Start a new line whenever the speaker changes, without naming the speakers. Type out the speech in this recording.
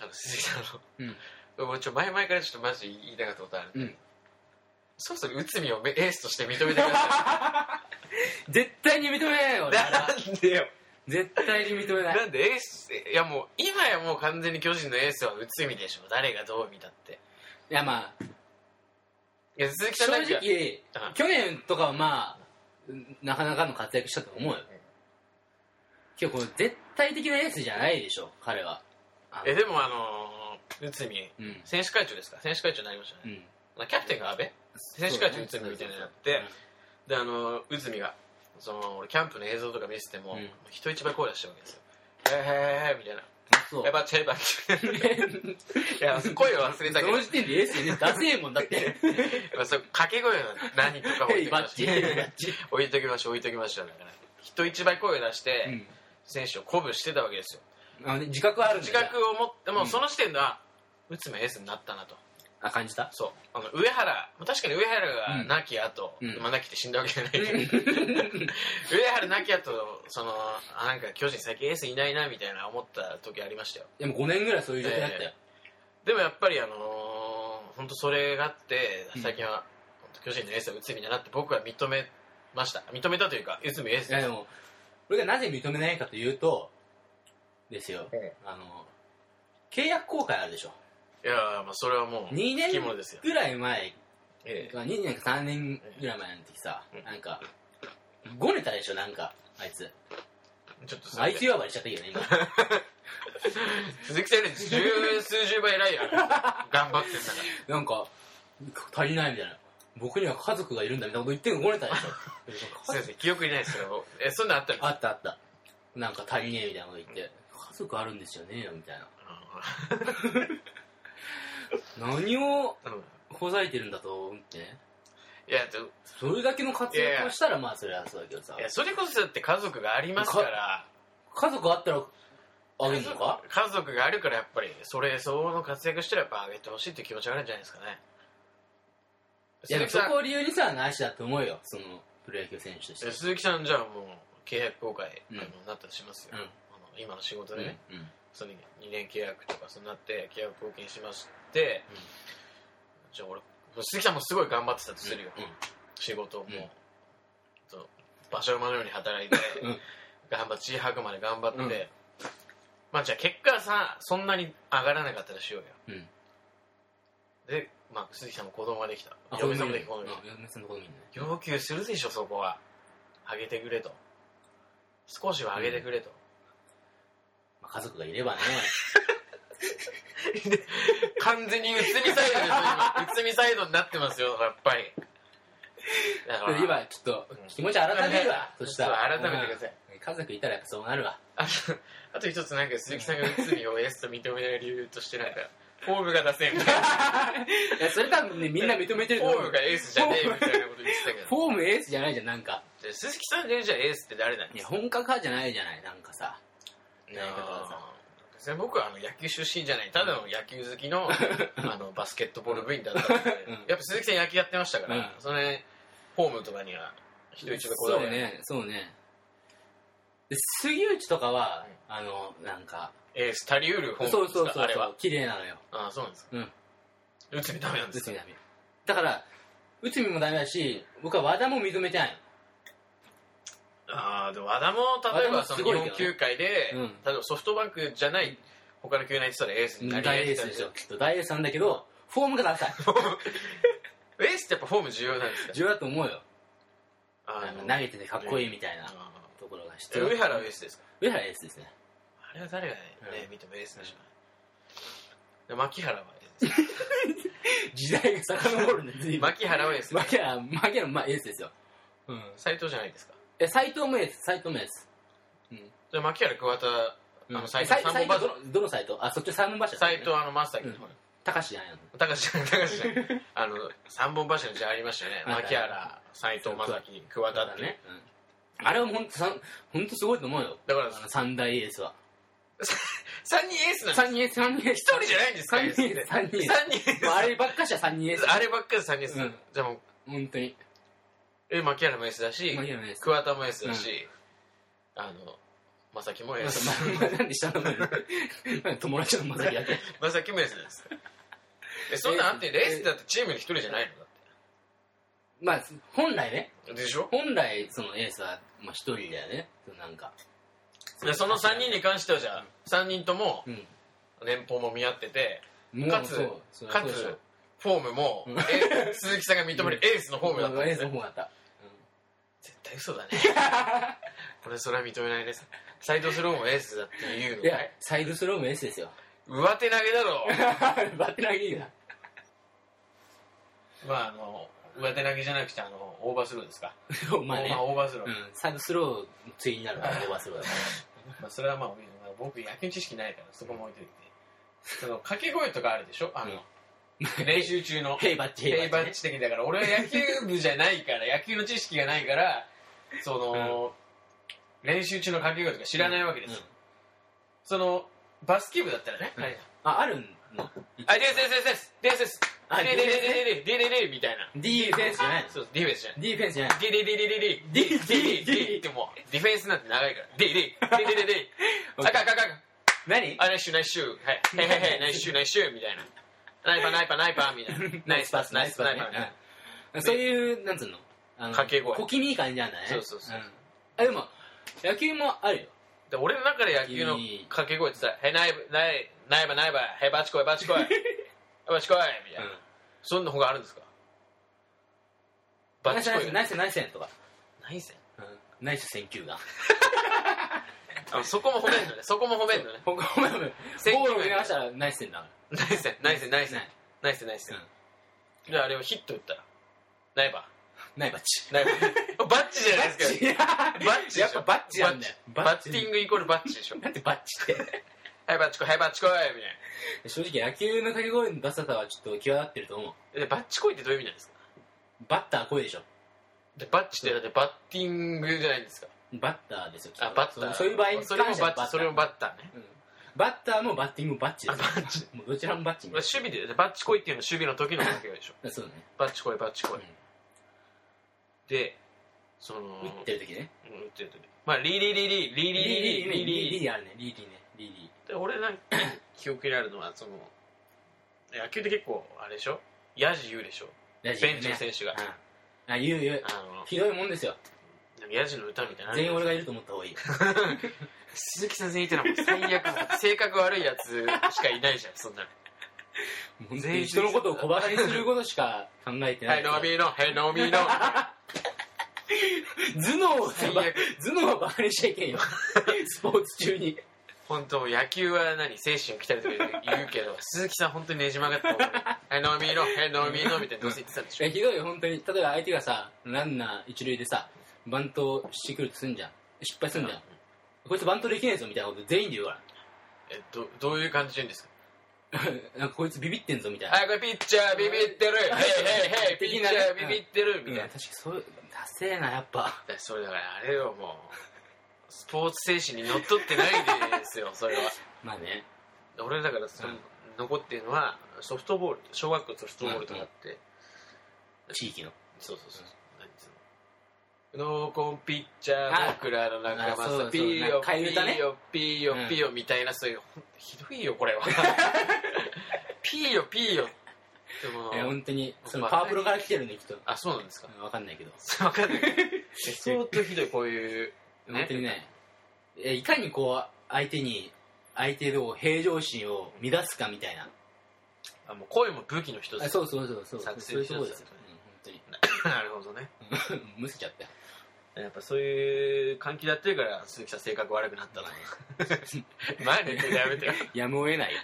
あの 鈴木さん
うん
の、もうちょ前々からちょっとマジ言いたかったことあるんで、
うん
そろそろ内海をエースとして認めてくださ
絶対に認めないよ
い
俺あれ は
なんでよ
絶対に認めない
なんでエースいやもう今やもう完全に巨人のエースは内海でしょ誰がどう見たって
いやまあ
いや鈴木さん
正
なんか
直
うん
去年とかはまあなかなかの活躍したと思うよ今日これ絶対的なエースじゃないでしょ彼はあ
えでもあのー内海
うん
選手会長ですか選手会長になりましたね
うん
キャプテンが安倍選手会長内海みたいなのやってであの内海がその俺キャンプの映像とか見せても、
うん
人一倍声出してるわけですよ「へーへーへー」みたいな
そう
「やばちゃえば」 いや声を忘れたけ
そ
ど
の時点でエースでねダセえもんだ って
まあそう掛け声の何とか置いとき
ヘイ
ま
バ
し
ッチヘイバッチ
置いときましょう置いときましょうだから人一倍声を出して、
うん
選手を鼓舞してたわけですよ
あのね自覚はあるんだ
自
じゃあ
覚を持ってもううんその時点では、内海エースになったなと
あ感じた
そうあの上原確かに上原が亡き後、
うん
まあ亡きって死んだわけじゃないけど 上原亡き後そのあなんか巨人最近エースいないなみたいな思った時ありましたよ
でも5年ぐらいそういう状態だったよ、
でもやっぱりあの本当それがあって
うん
最近は、ほんと巨人のエースは内海だなって僕は認めました認めたというか内海エース
いやでも俺がなぜ認めないかというとですよ、
うん
あの契約更改あるでしょ
いやーまあそれはもう
2年
肝ですよ、
ぐらい前
ええ
まあ2年か3年ぐらい前の時さ、
うん
なんかごねたでしょなんかあいつ
ちょっとそ
あ
れ
いつ呼ばれしちゃったけどね今
鈴木さんより十数十倍偉いやん頑張ってんだから
なんか足りないみたいな僕には家族がいるんだみたいなこと言ってんのごねたでし ょ
すいません記憶にないですけどえそんなんあったんです
あったあったなんか足りねえみたいなこと言って家族あるんですよねみたいな 何を
うんうん
ほざいてるんだと思ってね
いやでも
それだけの活躍をしたらまあそれはそうだけどさ
いやそれこそだって家族がありますから
家族あったらあげるのか
家族があるからやっぱりそれ相応の活躍したらやっぱ上げてほしいっていう気持ちがあるんじゃないですかね
い
鈴
やでも
木
そ
さん
こを理由にさなしだと思うよそのプロ野球選手として
え鈴木さんじゃあもう契約更改
うん
あのなったとしますよ、
うん
あの今の仕事
う
で
ん
ね、その2年契約とかそうなって契約更新しまして、
うん
じゃあ俺鈴木さんもすごい頑張ってたとするよ、
うんうん
仕事も、
うん
と馬車馬のように働いて、
うん
頑張って地くまで頑張って、
うん
まあじゃあ結果さそんなに上がらなかったらしようよ、で、まあ、鈴木さんも子供ができた
あ
嫁さんもできた
うん嫁さんのこと見るね
要求するでしょそこは上げてくれと少しは上げてくれと、
まあ家族がいればね
完全に内海サイドですよ今内海サイドになってますよやっぱりだ
で今ちょっと気持ち改めるわ
うん
そしたら
そう改めてください
うん家族いたらやっぱそうなるわ
あとあと一つなんか鈴木さんが内海をエースと認めない理由としてなんかフォームが出せんみたいない
やそれ多分ねみんな認めてる
フ
と思
ォ
う
ームがエースじゃねえみたいなこと言ってたけど
フォームエースじゃないじゃんなんか
じゃあ鈴木さんでじゃあエースって誰なん
い
で
や
すか
本格派じゃないじゃないなんかさやり方がさ
別に僕はあの野球出身じゃないただの野球好き のあのバスケットボール部員だったので、
うん
やっぱ鈴木さん野球やってましたから、
うん
それフォームとかには人一倍こだわ
そ
り
う
が
ねそうねで杉内とかは、あのなんか
エース足りうるフォーム
そう
です
そう
か
そ
あ
う
れは
そう綺麗なのよ
ああそうなんですか
うん
内海ダメなんです
内
か
海ダメだから内海もダメだし僕は和田も認めてない
ああでも和田も例えば
和田も
そ
す
の
ご
日
いけど
本球界で、
うん
例えばソフトバンクじゃない他の球団行ってたらエースにな
の
りたい
大エースでしょきっと大エースなんだけどフォームがダ サい
エースってやっぱフォーム重要なんですか
重要だと思うよ
あ
なん
の
か投げててかっこいいみたいな
あ
ところが必
ー
要
上原はエースですか
上原エースですね
あれは誰がね、
うん
見てもエースでしょ、で牧原はエー
時代が 遡るんで随
ス
分
牧原はエース
槙原槙原もまあエースですようん
斎藤じゃないですか
え斎藤もエース斎藤もエース
じゃあ牧原桑田
うん
あの斎藤
え
三本柱
斎藤どのどの斎藤あそっちの三本柱
斎藤あの正樹
うん高橋じゃないの
高橋じゃん高橋じゃ んあの三本柱じゃありましたよね
はい
牧原斎藤正樹桑田っていう
ね、うん、あれは本当本当すごいと思うよ
だから
あの三大エースは
三人エースなんです
三人エース三人エース
一人じゃないんですか
三人エース三人エース
三人
もうあればっかしは三人エース
あればっかり三人です、
うん
じゃあもう
本当に
え牧原もエースだし
槙原のエース
桑田もエースだし、あのまさきもエー
ま
ス。
さままなんで下の名前なんで友達のまさきやっ てる
まさきもエースなんです。え、そんなんあって、レースだってチームに一人じゃないのだ
まあ、本来ね、
って。でしょ
本来そのエースは、まあ一人だよね、そのなんか。
でその3人に関してはじゃあ、3人とも
うん。
年俸も見合ってて、
もう
かつ
そうそりゃ
か
そうでしょ
つ、フォームも
うん、
え鈴木さんが認めるエースのフォームだったん
エ
で
ー
す
スの
ね。
方だった。
絶対嘘 だね。これそれは認めないです。斎藤スローもエースだって言う
うん
の
いや
かい、
サイドスローもエースですよ。
上手投げだろう。
バッテナギーだ。
まああの、上手投げじゃなくて、あの、オーバースローですか。
まあね、
オーバースロー
う。ん、サイドスローの次になるから、オーバースローだか
まあ、それはまあ、僕、野球知識ないから、そこも置いといて。その、掛け声とかあるでしょあの、
ら。
練習中 の。
ヘイバッチ、
ヘイバ
ね
ッチ的だから、俺は野球部じゃない から、野球の知識がないから、その、練習中の掛け声とか知らないわけですよ。
うん
その、バスケ部だったらね、
うん
はい
あ、あるの
あ、ディフェンス、ディフェンス、デ
あ
ィフェンス、ディフェンス、ディフェンス、ディフェンス、ディフェンス、ディフェンス、ディフェンス、みたいな。
ディフェンスじゃないの
そう、ディフェンスじゃん。
ディフェンスじゃない
ディディディディディ。
ディディディ
でもディフェンスなんて長いからディディディディディ赤赤赤
何
あナイスシューナイスシュー はいはいはいはいナイスシューナイスシューみたいなナイパーナイパーナイパーみたいな ナイスパスナイスパスナイパーみたいな
うんそういう、なんつうのあの
掛け声
小気味いい感じなんだね。
そうそうそうん
あ、でも、野球もあるよ。
で俺の中で野球の掛け声ってさ「へナイバナイナイバナイバへバチコイバチコ イバチコイ」みたいなそんな方があるんですか
ナ
バ
イス
チ
ナ
コ
イス、
イ
ナイス、ナイスやんとか。
ナイス
ナイス選球眼。
あそこも褒めんのねそこも褒めん のね
ほんごめんごめん。
選球眼
ボールを見ましたらナイス選だか
ナイスナイスナイス
ら。ない
ナイスナイスじゃああれをヒット打ったらナイバー
ナイバッチ。
ない バッチじゃないですか。
バ
バッチでしょ
やっぱバッチなんだよ。
バッチバッティングイコールバッチでしょ。
なんでバッチって。
はい、バッチこい、はい、バッチこい、みたい
正直野球の掛け声のダサさはちょっと際立ってると思う。
な。で、バッチこいってどういう意味なんですか
バッター声でしょ。
で、バッチってだってバッティングじゃないですか。
バッターですよ。
あ、バッター。
そういう場合に関し
そ
て
れ
は
もバッチ、それもバッターね。
うんバッターもバッティングもバッチ
あ、
で
バ
すよ。
ッチ。
もうどちらもバッチに
守備で、でバッチこいっていうのは守備の時の掛け声でしょ。
そうだね。
バッチこい、バッチこい
うん。
で、その、
打ってる時ね。
うん打ってる時。まあ、リリリリ、リリリ
リリ
リリ
リリ
リ
リリあるね。リリね。リリ。
で俺なんか、記憶にあるのは、その、野球って結構、あれでしょヤジ言うでしょ
ベ
ベンチの選手が。
あ、言う言う。
あの、
ひどいもんですよ。
なんかヤジの歌みたいな。
全員俺がいると思った方がいい。
鈴木先生いたらもう最悪、性格悪いやつしかいないじゃん、そんなの。全員
人のことを小馬鹿にすることしか考えてな
はい、
い。
飲みの、はい、飲みの。
頭脳を
最
ば
悪。
頭脳はバカにしちゃい けんよ。スポーツ中に。
本当、野球は何、精神を鍛えるとか言うけ ど、鈴木さん本当にねじ曲がった 方がいい。はい、飲みの、はい、飲みの、みたいな、どうせ言ってたんでし
い
ょ。
やひどいよ本当に例えば相手がさランナー一塁でさバントしてくるとすんじゃん失敗すんじゃん、こいつバントできねえぞみたいなこと全員で言うか
え、ど、どういう感じで言うんです
ら なんかこいつビビってんぞみたい
か
な、
はい、これピッチャービビって る。はい、はい、はい、ピッチャービビってる。
う
み
ん、
たいな。
確かにそうダセえなやっぱ
だそれだから、あれよ、もう、スポーツ精神にのっとってないですよ、それは。
まあね
俺だからその、
うん
残ってるのはソフトボール小学校ソフトボールとかあって、
地域の
そうそうそう、何つうのノーコンピッチャー
あ
僕らの仲
あそうそう
間さピー
なん
ヨ
か替え
ピ
歌ね
ーヨピーヨ
うん
ピーヨみたいなそういうほんとひどいよこ れはピーヨピーヨでも
いや本当に
まあ
そのパワープロから来てるねきっと
あそうなんですか
分かんないけど、
分かんない 相当ひどいこういう
本当にねえいかにこう相手に相手の平常心を乱すかみたいな
あもう声も武器の一つ
あそうそうそうそう
作
そうい
戦
うとこですよ、
なるほどね
うん、 本当にむせちゃったよ
やっぱそういう関係でやってるから鈴 木さん性格悪くなったな前のやつやめてよ
やむを得ないよ